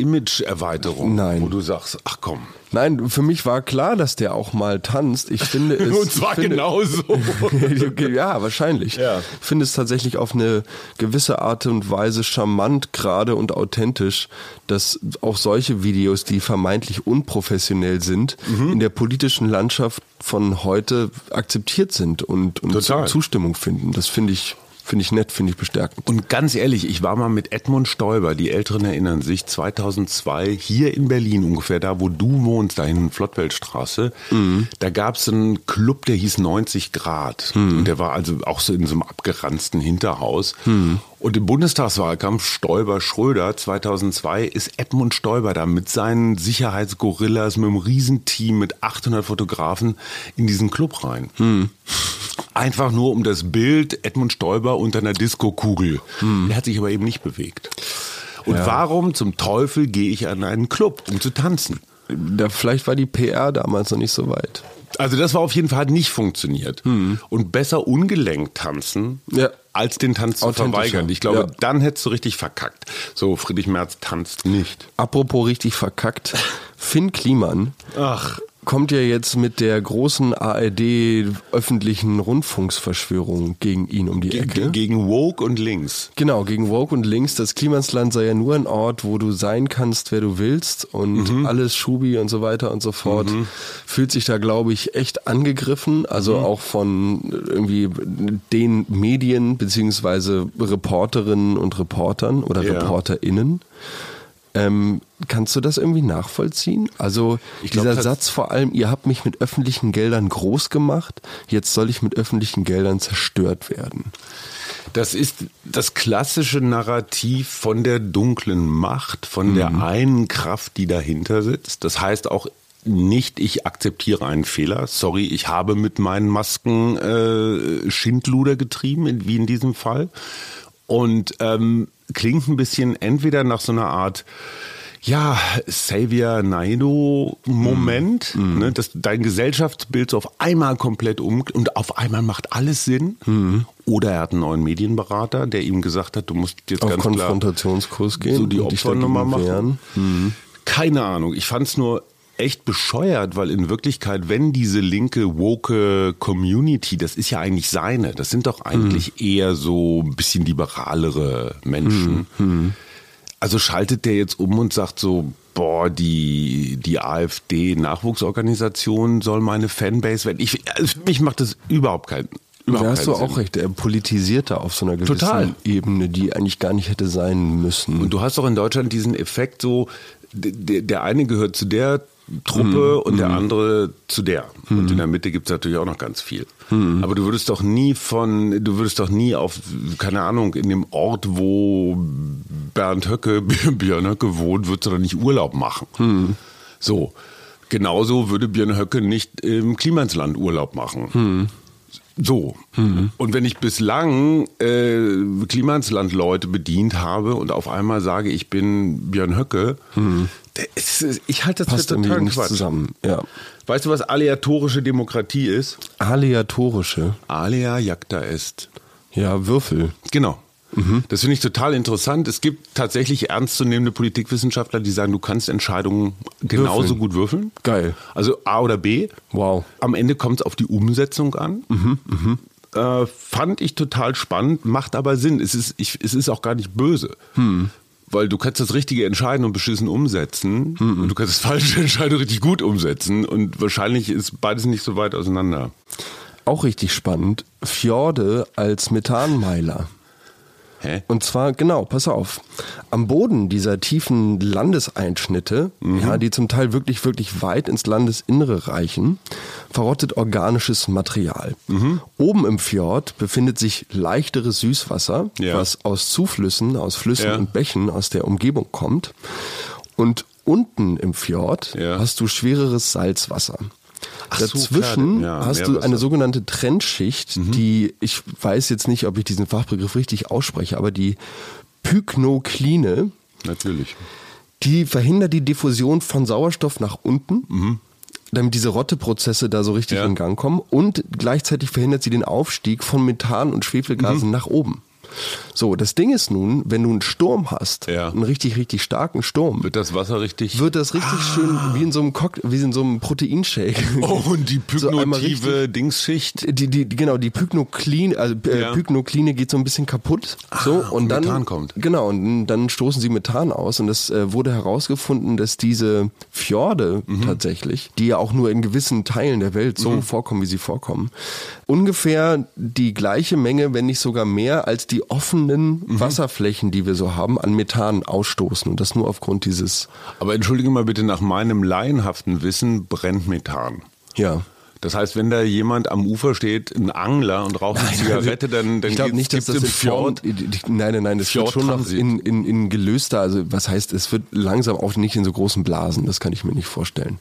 Speaker 1: Image-Erweiterung,
Speaker 2: Nein.
Speaker 1: wo du sagst, ach komm.
Speaker 2: Nein, für mich war klar, dass der auch mal tanzt. Ich finde es.
Speaker 1: Und zwar
Speaker 2: ich finde,
Speaker 1: genauso.
Speaker 2: Okay, ja, wahrscheinlich.
Speaker 1: Ja.
Speaker 2: Ich finde es tatsächlich auf eine gewisse Art und Weise charmant, gerade und authentisch, dass auch solche Videos, die vermeintlich unprofessionell sind,
Speaker 1: Mhm.
Speaker 2: in der politischen Landschaft von heute akzeptiert sind und, und
Speaker 1: Total.
Speaker 2: Zustimmung finden. Das finde ich, finde ich nett, finde ich bestärkend.
Speaker 1: Und ganz ehrlich, ich war mal mit Edmund Stoiber, die Älteren erinnern sich, 2002 hier in Berlin, ungefähr da, wo du wohnst, da in Flottweltstraße, da gab's einen Club, der hieß 90 Grad. Und der war also auch so in so einem abgeranzten Hinterhaus. Und im Bundestagswahlkampf Stoiber-Schröder 2002 ist Edmund Stoiber da mit seinen Sicherheitsgorillas, mit einem Riesenteam, mit 800 Fotografen in diesen Club rein. Einfach nur um das Bild Edmund Stoiber unter einer Diskokugel.
Speaker 2: Hm.
Speaker 1: Der hat sich aber eben nicht bewegt. Und warum zum Teufel gehe ich an einen Club, um zu tanzen?
Speaker 2: Da, vielleicht war die PR damals noch nicht so weit.
Speaker 1: Also das war auf jeden Fall hat nicht funktioniert. Und besser ungelenkt tanzen,
Speaker 2: Hm. Ja.
Speaker 1: als den Tanz zu
Speaker 2: Authentischer.
Speaker 1: verweigern. Ich glaube,
Speaker 2: Ja.
Speaker 1: dann hättest du richtig verkackt. So, Friedrich Merz tanzt nicht.
Speaker 2: Apropos richtig verkackt. Finn Kliman
Speaker 1: Ach,
Speaker 2: kommt ja jetzt mit der großen ARD-öffentlichen Rundfunksverschwörung gegen ihn um die
Speaker 1: Ge-
Speaker 2: Ecke.
Speaker 1: ge- Gegen Woke und Links.
Speaker 2: Genau, gegen Woke und Links. Das Klimasland sei ja nur ein Ort, wo du sein kannst, wer du willst und
Speaker 1: Mhm.
Speaker 2: alles Schubi und so weiter und so fort. Fühlt sich da, glaube ich, echt angegriffen.
Speaker 1: Mhm.
Speaker 2: Also auch von irgendwie den Medien beziehungsweise Reporterinnen und Reportern oder
Speaker 1: Ja.
Speaker 2: ReporterInnen. Ähm, kannst du das irgendwie nachvollziehen? Also
Speaker 1: Ich glaub,
Speaker 2: dieser
Speaker 1: tats-
Speaker 2: Satz vor allem, ihr habt mich mit öffentlichen Geldern groß gemacht, jetzt soll ich mit öffentlichen Geldern zerstört werden.
Speaker 1: Das ist das klassische Narrativ von der dunklen Macht, von der einen Kraft, die dahinter sitzt. Das heißt auch nicht, ich akzeptiere einen Fehler. Sorry, ich habe mit meinen Masken äh, Schindluder getrieben, in- wie in diesem Fall. Und ähm, klingt ein bisschen entweder nach so einer Art ja, Xavier Naidoo-Moment,
Speaker 2: Mhm.
Speaker 1: ne, dass dein Gesellschaftsbild so auf einmal komplett um und auf einmal macht alles Sinn.
Speaker 2: Mhm.
Speaker 1: Oder er hat einen neuen Medienberater, der ihm gesagt hat, du musst jetzt
Speaker 2: auf
Speaker 1: ganz klar
Speaker 2: Konfrontationskurs gehen
Speaker 1: so die
Speaker 2: und dich
Speaker 1: Opfernummer
Speaker 2: dagegen
Speaker 1: machen.
Speaker 2: wehren.
Speaker 1: Keine Ahnung. Ich fand's nur echt bescheuert, weil in Wirklichkeit, wenn diese linke, woke Community, das ist ja eigentlich seine, das sind doch
Speaker 2: Hm.
Speaker 1: eigentlich eher so ein bisschen liberalere Menschen.
Speaker 2: Hm,
Speaker 1: Also schaltet der jetzt um und sagt so, boah, die, die AfD-Nachwuchsorganisation soll meine Fanbase werden. Ich, also für mich macht das überhaupt keinen, überhaupt
Speaker 2: Da hast
Speaker 1: keinen
Speaker 2: du
Speaker 1: Sinn.
Speaker 2: auch recht, er politisiert da auf so einer gewissen
Speaker 1: Total.
Speaker 2: Ebene, die eigentlich gar nicht hätte sein müssen.
Speaker 1: Und du hast doch in Deutschland diesen Effekt so, d- d- der eine gehört zu der Truppe und der andere zu der. Und in der Mitte gibt es natürlich auch noch ganz viel. Aber du würdest doch nie von, du würdest doch nie auf, keine Ahnung, in dem Ort, wo Bernd Höcke, Björn Höcke wohnt, würdest du doch nicht Urlaub machen. So. Genauso würde Björn Höcke nicht im Klimansland Urlaub machen. So.
Speaker 2: Mhm.
Speaker 1: Und wenn ich bislang äh, Klimasland-Leute bedient habe und auf einmal sage, ich bin Björn Höcke, das ist, ich halte das
Speaker 2: Mhm. passt
Speaker 1: für
Speaker 2: irgendwie
Speaker 1: totalen
Speaker 2: nicht
Speaker 1: Quatsch.
Speaker 2: zusammen. Ja.
Speaker 1: Weißt du, was aleatorische Demokratie ist?
Speaker 2: Aleatorische,
Speaker 1: Alea jacta est.
Speaker 2: ja, Würfel.
Speaker 1: Genau.
Speaker 2: Mhm.
Speaker 1: Das finde ich total interessant. Es gibt tatsächlich ernstzunehmende Politikwissenschaftler, die sagen, du kannst Entscheidungen genauso
Speaker 2: Würfeln.
Speaker 1: gut würfeln.
Speaker 2: Geil.
Speaker 1: Also A oder B.
Speaker 2: Wow. Mhm,
Speaker 1: Am Ende kommt es auf die Umsetzung an. Äh, fand ich total spannend, macht aber Sinn. Es ist, ich, es ist auch gar nicht böse.
Speaker 2: Hm.
Speaker 1: Weil du kannst das Richtige entscheiden und beschissen umsetzen.
Speaker 2: Mhm.
Speaker 1: Und du kannst das Falsche entscheiden und richtig gut umsetzen. Und wahrscheinlich ist beides nicht so weit auseinander.
Speaker 2: Auch richtig spannend, Fjorde als Methanmeiler.
Speaker 1: Hä?
Speaker 2: Und zwar, genau, pass auf. Am Boden dieser tiefen Landeseinschnitte,
Speaker 1: Mhm.
Speaker 2: ja, die zum Teil wirklich, wirklich weit ins Landesinnere reichen, verrottet organisches Material.
Speaker 1: Mhm.
Speaker 2: Oben im Fjord befindet sich leichteres Süßwasser,
Speaker 1: Ja.
Speaker 2: was aus Zuflüssen, aus Flüssen
Speaker 1: Ja.
Speaker 2: und Bächen aus der Umgebung kommt. Und unten im Fjord
Speaker 1: Ja.
Speaker 2: hast du schwereres Salzwasser.
Speaker 1: Ach so,
Speaker 2: Dazwischen
Speaker 1: klar, ja, Mhm.
Speaker 2: hast du
Speaker 1: Meerwasser.
Speaker 2: eine sogenannte Trennschicht, die, ich weiß jetzt nicht, ob ich diesen Fachbegriff richtig ausspreche, aber die Pycnokline,
Speaker 1: Natürlich.
Speaker 2: die verhindert die Diffusion von Sauerstoff nach unten, damit diese Rotteprozesse da so richtig
Speaker 1: Mhm. Ja.
Speaker 2: in Gang kommen und gleichzeitig verhindert sie den Aufstieg von Methan und
Speaker 1: Mhm.
Speaker 2: Schwefelgasen nach oben. So, das Ding ist nun, wenn du einen Sturm hast,
Speaker 1: Ja.
Speaker 2: einen richtig, richtig starken Sturm,
Speaker 1: Wird das Wasser richtig.
Speaker 2: wird das richtig schön wie in so einem Cock wie in so einem Proteinshake.
Speaker 1: oh, und die
Speaker 2: So einmal
Speaker 1: pygnotive Dingsschicht.
Speaker 2: die, die, die- genau, die Pycnokline, also äh,
Speaker 1: Ja. Ah,
Speaker 2: Pycnokline geht so ein bisschen kaputt. so, und dann,
Speaker 1: Methan kommt.
Speaker 2: Genau, und dann stoßen sie Methan aus. Und das äh, wurde herausgefunden, dass diese Fjorde
Speaker 1: Mhm.
Speaker 2: tatsächlich, die ja auch nur in gewissen Teilen der Welt so vorkommen, wie sie vorkommen, ungefähr die gleiche Menge, wenn nicht sogar mehr, als die offenen
Speaker 1: Mhm.
Speaker 2: Wasserflächen, die wir so haben, an Methan ausstoßen. Und das nur aufgrund dieses,
Speaker 1: Aber entschuldige mal bitte, nach meinem laienhaften Wissen brennt Methan.
Speaker 2: ja.
Speaker 1: Das heißt, wenn da jemand am Ufer steht, ein Angler und raucht eine Zigarette, dann, dann
Speaker 2: also ich glaube
Speaker 1: geht's-
Speaker 2: nicht, dass
Speaker 1: gibt's
Speaker 2: das in
Speaker 1: im
Speaker 2: Form,
Speaker 1: Fjord.
Speaker 2: nein, nein, nein, das wird schon noch
Speaker 1: Fjordtransit.
Speaker 2: in, in, in gelöster, also was heißt, es wird langsam auch nicht in so großen Blasen, das kann ich mir nicht vorstellen.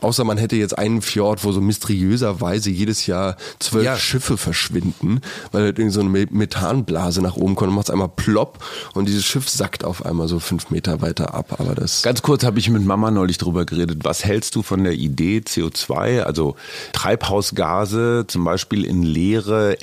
Speaker 2: Außer man hätte jetzt einen Fjord, wo so mysteriöserweise jedes Jahr zwölf
Speaker 1: Ja.
Speaker 2: Schiffe verschwinden, weil halt irgend so eine Me- Methanblase nach oben kommt und macht einmal plopp und dieses Schiff sackt auf einmal so fünf Meter weiter ab, aber das...
Speaker 1: Ganz kurz habe ich mit Mama neulich drüber geredet. Was hältst du von der Idee, CO2, also Treibhausgase, zum Beispiel in leere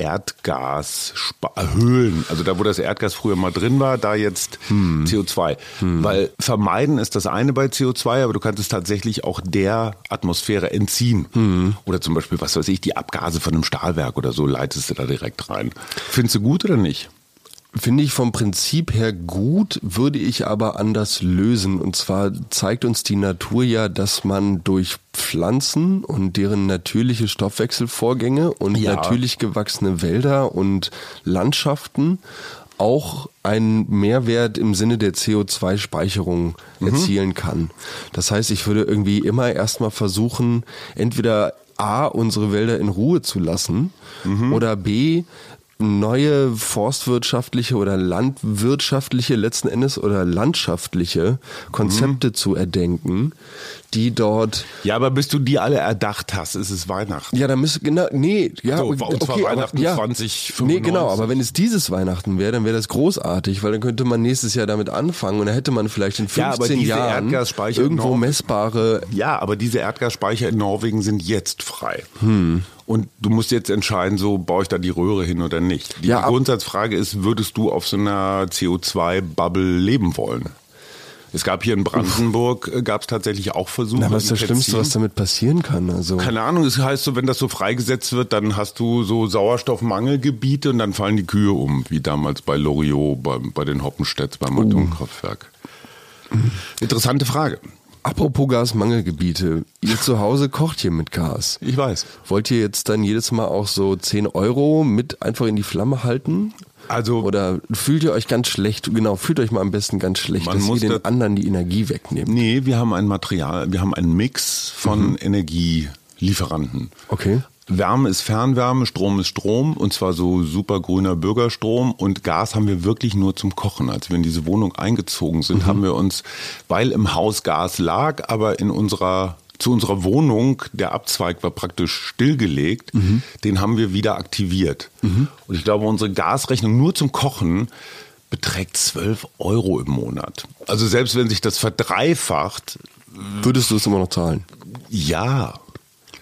Speaker 1: Erdgashöhlen, also da, wo das Erdgas früher mal drin war, da jetzt CO2. Weil vermeiden ist das eine bei CO2, aber du kannst es tatsächlich auch der Atmosphäre entziehen. Oder zum Beispiel, was weiß ich, die Abgase von einem Stahlwerk oder so leitest du da direkt rein. Findest du gut oder nicht?
Speaker 2: Finde ich vom Prinzip her gut, würde ich aber anders lösen. Und zwar zeigt uns die Natur ja, dass man durch Pflanzen und deren natürliche Stoffwechselvorgänge und
Speaker 1: Ja.
Speaker 2: natürlich gewachsene Wälder und Landschaften auch einen Mehrwert im Sinne der CO2-Speicherung erzielen kann. Das heißt, ich würde irgendwie immer erstmal versuchen, entweder A, unsere Wälder in Ruhe zu lassen oder B, neue forstwirtschaftliche oder landwirtschaftliche letzten Endes oder landschaftliche Konzepte zu erdenken, die dort
Speaker 1: Ja, aber bis du die alle erdacht hast, ist es Weihnachten.
Speaker 2: ja, da müsste genau nee, ja,
Speaker 1: So, bei uns war
Speaker 2: aber-
Speaker 1: Weihnachten 20,
Speaker 2: Nee, genau,
Speaker 1: 95.
Speaker 2: aber wenn es dieses Weihnachten wäre, dann wäre das großartig, weil dann könnte man nächstes Jahr damit anfangen und dann hätte man vielleicht in
Speaker 1: Ja, aber
Speaker 2: 15
Speaker 1: diese
Speaker 2: Jahren
Speaker 1: Erdgasspeicher
Speaker 2: irgendwo
Speaker 1: noch-
Speaker 2: messbare
Speaker 1: Ja, aber diese Erdgasspeicher in Norwegen sind jetzt frei.
Speaker 2: Hm.
Speaker 1: Und du musst jetzt entscheiden, so baue ich da die Röhre hin oder nicht. Die
Speaker 2: Ja, ab-
Speaker 1: Grundsatzfrage ist, würdest du auf so einer CO2-Bubble leben wollen? Es gab hier in Brandenburg, gab es tatsächlich auch Versuche.
Speaker 2: Na, was ist
Speaker 1: in
Speaker 2: das Schlimmste, was
Speaker 1: Tessin.
Speaker 2: damit passieren kann? Also
Speaker 1: Keine Ahnung, es heißt so, wenn das so freigesetzt wird, dann hast du so Sauerstoffmangelgebiete und dann fallen die Kühe um, wie damals bei Loriot, bei, bei den Hoppenstedts, beim
Speaker 2: Oh.
Speaker 1: Atomkraftwerk.
Speaker 2: Mhm.
Speaker 1: Interessante Frage.
Speaker 2: apropos Gasmangelgebiete, ihr zu Hause kocht hier mit Gas.
Speaker 1: Ich weiß.
Speaker 2: Wollt ihr jetzt dann jedes Mal auch so 10 Euro mit einfach in die Flamme halten?
Speaker 1: Also-
Speaker 2: Oder fühlt ihr euch ganz schlecht? Genau, fühlt euch mal am besten ganz schlecht,
Speaker 1: Man
Speaker 2: dass ihr
Speaker 1: muss
Speaker 2: den
Speaker 1: da-
Speaker 2: anderen die Energie wegnehmt.
Speaker 1: Nee, wir haben ein Material, wir haben einen Mix von Energielieferanten.
Speaker 2: Okay.
Speaker 1: Wärme ist Fernwärme, Strom ist Strom und zwar so supergrüner Bürgerstrom und Gas haben wir wirklich nur zum Kochen. Als wir in diese Wohnung eingezogen sind, haben wir uns, weil im Haus Gas lag, aber in unserer zu unserer Wohnung, der Abzweig war praktisch stillgelegt, den haben wir wieder aktiviert. Und ich glaube, unsere Gasrechnung nur zum Kochen beträgt 12 Euro im Monat. Also selbst wenn sich das verdreifacht,
Speaker 2: Würdest du es immer noch zahlen?
Speaker 1: ja.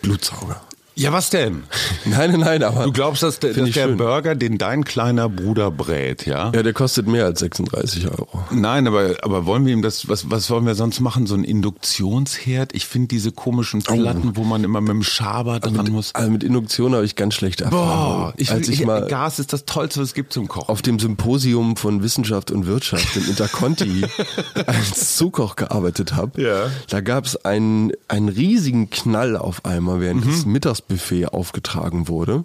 Speaker 2: Blutsauger.
Speaker 1: Ja, was denn?
Speaker 2: Nein, nein, nein, aber.
Speaker 1: Du glaubst, dass der,
Speaker 2: Find
Speaker 1: dass
Speaker 2: ich
Speaker 1: der
Speaker 2: schön.
Speaker 1: Burger, den dein kleiner Bruder brät, ja?
Speaker 2: Ja, der kostet mehr als 36 Euro.
Speaker 1: Nein, aber, aber wollen wir ihm das, was, was wollen wir sonst machen? So ein Induktionsherd? Ich finde diese komischen Platten, wo man immer mit dem Schaber dran muss.
Speaker 2: Oh. Also mit Induktion habe ich ganz schlechte Erfahrungen.
Speaker 1: Boah, ich,
Speaker 2: als ich,
Speaker 1: ich,
Speaker 2: mal
Speaker 1: Gas ist das Tollste, was es gibt zum Kochen.
Speaker 2: auf dem Symposium von Wissenschaft und Wirtschaft im Interconti als Zukoch gearbeitet habe,
Speaker 1: Ja.
Speaker 2: da gab es einen, einen riesigen Knall auf einmal, während
Speaker 1: Mhm.
Speaker 2: das Mittagsbuffet aufgetragen wurde,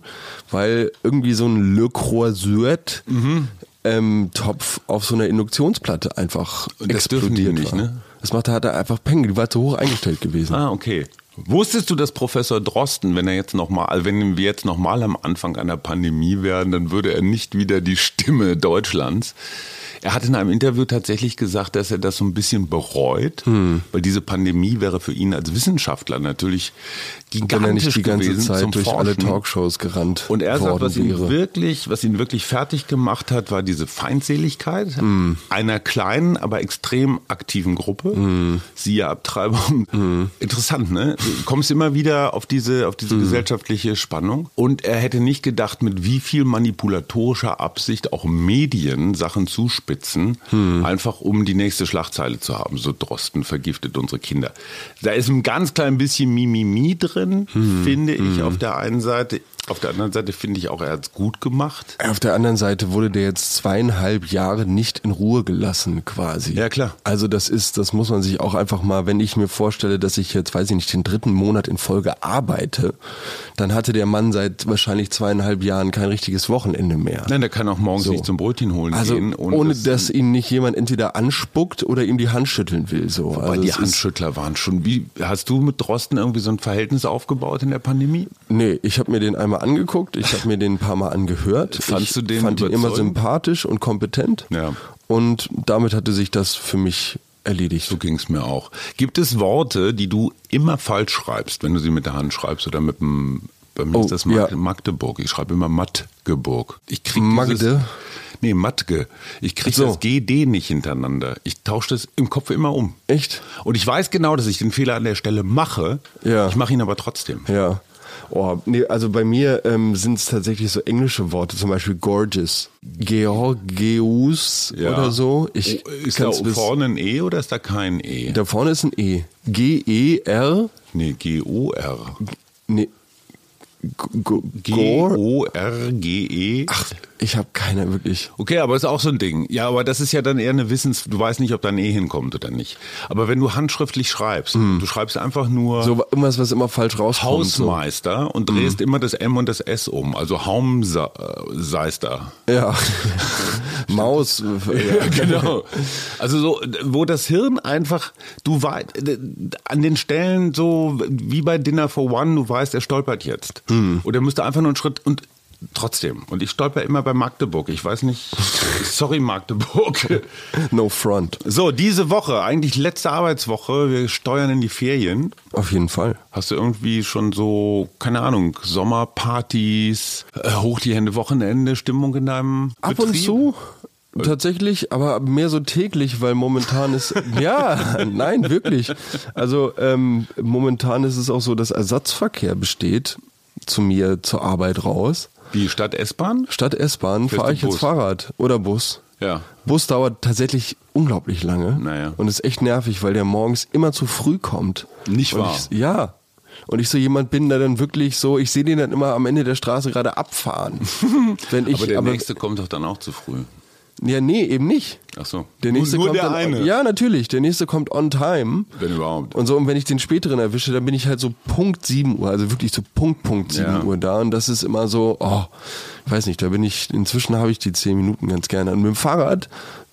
Speaker 2: weil irgendwie so ein Le Croisette
Speaker 1: Mhm.
Speaker 2: ähm, Topf auf so einer Induktionsplatte einfach
Speaker 1: Und das dürfen die
Speaker 2: explodiert
Speaker 1: nicht,
Speaker 2: war.
Speaker 1: ne?
Speaker 2: Das machte hat er einfach Peng, die war zu hoch eingestellt gewesen.
Speaker 1: Ah, okay. Wusstest du, dass Professor Drosten, wenn er jetzt nochmal, wenn wir jetzt nochmal am Anfang einer Pandemie wären, dann würde er nicht wieder die Stimme Deutschlands. Er hat in einem Interview tatsächlich gesagt, dass er das so ein bisschen bereut,
Speaker 2: Hm.
Speaker 1: weil diese Pandemie wäre für ihn als Wissenschaftler natürlich
Speaker 2: Wenn er nicht
Speaker 1: gigantisch
Speaker 2: die ganze
Speaker 1: gewesen zum
Speaker 2: Zeit durch alle
Speaker 1: Forschen.
Speaker 2: Talkshows gerannt
Speaker 1: Und er sagt,
Speaker 2: worden
Speaker 1: was ihn,
Speaker 2: wäre.
Speaker 1: wirklich, was ihn wirklich fertig gemacht hat, war diese Feindseligkeit
Speaker 2: Mm.
Speaker 1: einer kleinen, aber extrem aktiven Gruppe.
Speaker 2: Mm.
Speaker 1: Siehe Abtreibung. Interessant, ne? Du kommst immer wieder auf diese, auf
Speaker 2: Mm.
Speaker 1: diese gesellschaftliche Spannung. Und er hätte nicht gedacht, mit wie viel manipulatorischer Absicht auch Medien Sachen zuspitzen,
Speaker 2: Hm.
Speaker 1: einfach um die nächste Schlagzeile zu haben. So Drosten vergiftet unsere Kinder. Da ist ein ganz klein bisschen Mimimi drin,
Speaker 2: Hm.
Speaker 1: finde ich, auf der einen Seite. Auf der anderen Seite finde ich auch, er hat es gut gemacht.
Speaker 2: Auf der anderen Seite wurde der jetzt zweieinhalb Jahre nicht in Ruhe gelassen, quasi.
Speaker 1: Ja, klar.
Speaker 2: Also das ist, das muss man sich auch einfach mal, wenn ich mir vorstelle, dass ich jetzt, weiß ich nicht, den dritten Monat in Folge arbeite, dann hatte der Mann seit wahrscheinlich zweieinhalb Jahren kein richtiges Wochenende mehr.
Speaker 1: Nein, der kann auch morgens
Speaker 2: So.
Speaker 1: nicht zum Brötchen holen
Speaker 2: also
Speaker 1: gehen. und
Speaker 2: ohne
Speaker 1: das-
Speaker 2: dass ihn nicht jemand entweder anspuckt oder ihm die Hand schütteln will. So.
Speaker 1: Weil
Speaker 2: also
Speaker 1: die
Speaker 2: es ist-
Speaker 1: Handschüttler waren schon. Wie hast du mit Drosten irgendwie so ein Verhältnis aufgebaut in der Pandemie?
Speaker 2: Nee, ich habe mir den einmal angeguckt, ich habe mir den ein paar Mal angehört.
Speaker 1: Fandst
Speaker 2: ich
Speaker 1: du den
Speaker 2: fand ihn immer
Speaker 1: überzeugend?
Speaker 2: sympathisch und kompetent.
Speaker 1: Ja.
Speaker 2: Und damit hatte sich das für mich erledigt.
Speaker 1: So ging es mir auch. Gibt es Worte, die du immer falsch schreibst, wenn du sie mit der Hand schreibst oder mit dem. Bei mir
Speaker 2: Oh,
Speaker 1: ist das Mag
Speaker 2: ja.
Speaker 1: Magdeburg. Ich schreibe immer Mattgeburg. Ich krieg Dieses,
Speaker 2: Magde?
Speaker 1: nee, Matge. Ich krieg
Speaker 2: Ach so.
Speaker 1: das GD nicht hintereinander. Ich tausche das im Kopf immer um.
Speaker 2: Echt?
Speaker 1: Und ich weiß genau, dass ich den Fehler an der Stelle mache.
Speaker 2: Ja.
Speaker 1: Ich mache ihn aber trotzdem.
Speaker 2: Ja. Oh, nee, also bei mir ähm, sind es tatsächlich so englische Worte, zum Beispiel gorgeous. Georgeus
Speaker 1: Ja.
Speaker 2: oder so. Ich
Speaker 1: Oh, ist da
Speaker 2: kann's bis-
Speaker 1: vorne ein E oder ist da kein E?
Speaker 2: da vorne ist ein E. G-E-R.
Speaker 1: nee, G-O-R.
Speaker 2: Nee. G- G- Gor.
Speaker 1: G-O-R-G-E.
Speaker 2: Ach, ich habe keine wirklich.
Speaker 1: Okay, aber ist auch so ein Ding. Ja, aber das ist ja dann eher eine Wissens... Du weißt nicht, ob da ein E hinkommt oder nicht. Aber wenn du handschriftlich schreibst, du schreibst einfach nur...
Speaker 2: So irgendwas, was immer falsch rauskommt.
Speaker 1: Hausmeister und drehst immer das M und das S um. Also Haumseister.
Speaker 2: So. Ja. Maus. äh, Ja.
Speaker 1: genau. Also so, wo das Hirn einfach, du weißt, an den Stellen so wie bei Dinner for One, du weißt, er stolpert jetzt. Oder müsste einfach nur einen Schritt und trotzdem. Und ich stolper immer bei Magdeburg. Ich weiß nicht, sorry Magdeburg.
Speaker 2: No front.
Speaker 1: So, diese Woche, eigentlich letzte Arbeitswoche, wir steuern in die Ferien.
Speaker 2: Auf jeden Fall.
Speaker 1: Hast du irgendwie schon so, keine Ahnung, Sommerpartys, äh, hoch die Hände, Wochenende, Stimmung in deinem
Speaker 2: Ab
Speaker 1: Betrieb? Äh.
Speaker 2: und zu. Tatsächlich, aber mehr so täglich, weil momentan ist, ja, nein, wirklich. Also ähm, momentan ist es auch so, dass Ersatzverkehr besteht zu mir zur Arbeit raus.
Speaker 1: Wie, statt S-Bahn?
Speaker 2: Statt S-Bahn
Speaker 1: Fährst
Speaker 2: fahre
Speaker 1: du
Speaker 2: ich jetzt
Speaker 1: Bus?
Speaker 2: Fahrrad oder Bus.
Speaker 1: Ja.
Speaker 2: Bus dauert tatsächlich unglaublich lange
Speaker 1: Naja.
Speaker 2: und ist echt nervig, weil der morgens immer zu früh kommt.
Speaker 1: Nicht
Speaker 2: und
Speaker 1: wahr?
Speaker 2: Ich, ja. Und ich so jemand bin, der dann wirklich so, ich sehe den dann immer am Ende der Straße gerade abfahren. Wenn ich,
Speaker 1: aber der nächste kommt doch dann auch zu früh.
Speaker 2: Ja, nee, eben nicht.
Speaker 1: Ach so.
Speaker 2: Der
Speaker 1: Nur-
Speaker 2: nächste
Speaker 1: nur
Speaker 2: kommt
Speaker 1: der
Speaker 2: dann,
Speaker 1: eine.
Speaker 2: Ja, natürlich. Der nächste kommt on time.
Speaker 1: Wenn überhaupt.
Speaker 2: Und so, und wenn ich den späteren erwische, dann bin ich halt so Punkt 7 Uhr, also wirklich so Punkt, Punkt 7
Speaker 1: Ja.
Speaker 2: Uhr da. Und das ist immer so, oh, ich weiß nicht, da bin ich, inzwischen habe ich die 10 Minuten ganz gerne. Und mit dem Fahrrad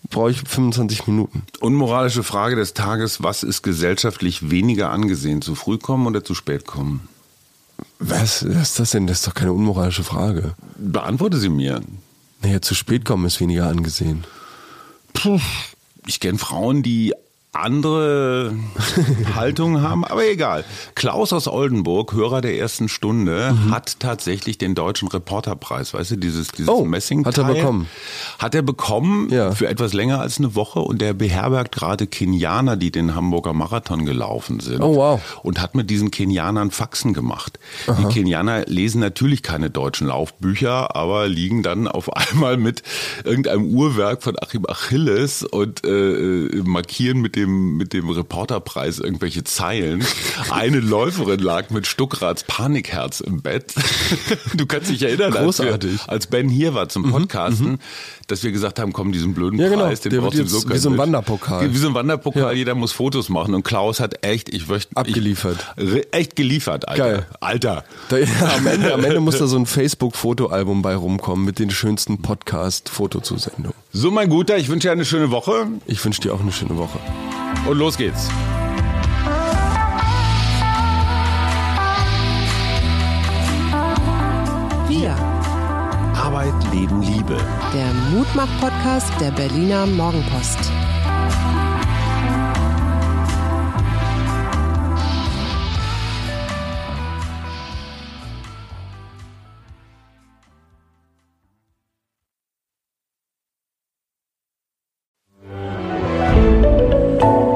Speaker 2: brauche ich 25 Minuten.
Speaker 1: Unmoralische Frage des Tages, was ist gesellschaftlich weniger angesehen, zu früh kommen oder zu spät kommen?
Speaker 2: Was, was ist das denn? Das ist doch keine unmoralische Frage.
Speaker 1: Beantworte sie mir.
Speaker 2: Naja, zu spät kommen ist weniger angesehen.
Speaker 1: Puh, ich kenne Frauen, die andere Haltung haben, aber egal. Klaus aus Oldenburg, Hörer der ersten Stunde,
Speaker 2: Mhm.
Speaker 1: hat tatsächlich den deutschen Reporterpreis, weißt du, dieses, dieses
Speaker 2: Oh,
Speaker 1: Messing.
Speaker 2: hat er bekommen.
Speaker 1: Hat er bekommen
Speaker 2: Ja.
Speaker 1: für etwas länger als eine Woche und der beherbergt gerade Kenianer, die den Hamburger Marathon gelaufen sind.
Speaker 2: Oh, wow.
Speaker 1: Und hat mit diesen Kenianern Faxen gemacht. Die Kenianer lesen natürlich keine deutschen Laufbücher, aber liegen dann auf einmal mit irgendeinem Uhrwerk von Achim Achilles und äh, markieren mit dem, mit dem Reporterpreis irgendwelche Zeilen. Eine Läuferin lag mit Stuckrats Panikherz im Bett. Du kannst dich erinnern, als, wir,
Speaker 2: Großartig. Mhm,
Speaker 1: als Ben hier war zum Podcasten, dass wir gesagt haben, komm, diesen blöden
Speaker 2: Ja, genau.
Speaker 1: Preis, den
Speaker 2: Der wird
Speaker 1: brauchst du
Speaker 2: jetzt
Speaker 1: so
Speaker 2: wie so ein Wanderpokal.
Speaker 1: Wie so ein Wanderpokal,
Speaker 2: Ja.
Speaker 1: jeder muss Fotos machen und Klaus hat echt, ich möchte...
Speaker 2: Abgeliefert.
Speaker 1: Ich, re- echt geliefert, Alter.
Speaker 2: Geil.
Speaker 1: Alter.
Speaker 2: Da, am, Ende, am Ende muss da so ein Facebook-Fotoalbum bei rumkommen mit den schönsten Podcast-Fotozusendungen.
Speaker 1: So, mein Guter, ich wünsche dir eine schöne Woche
Speaker 2: Ich wünsche dir auch eine schöne Woche.
Speaker 1: und los geht's.
Speaker 3: Wir,
Speaker 1: Arbeit, Leben, Liebe.
Speaker 3: der Mutmach-Podcast der Berliner Morgenpost.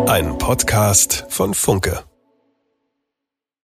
Speaker 4: Ein Podcast von Funke.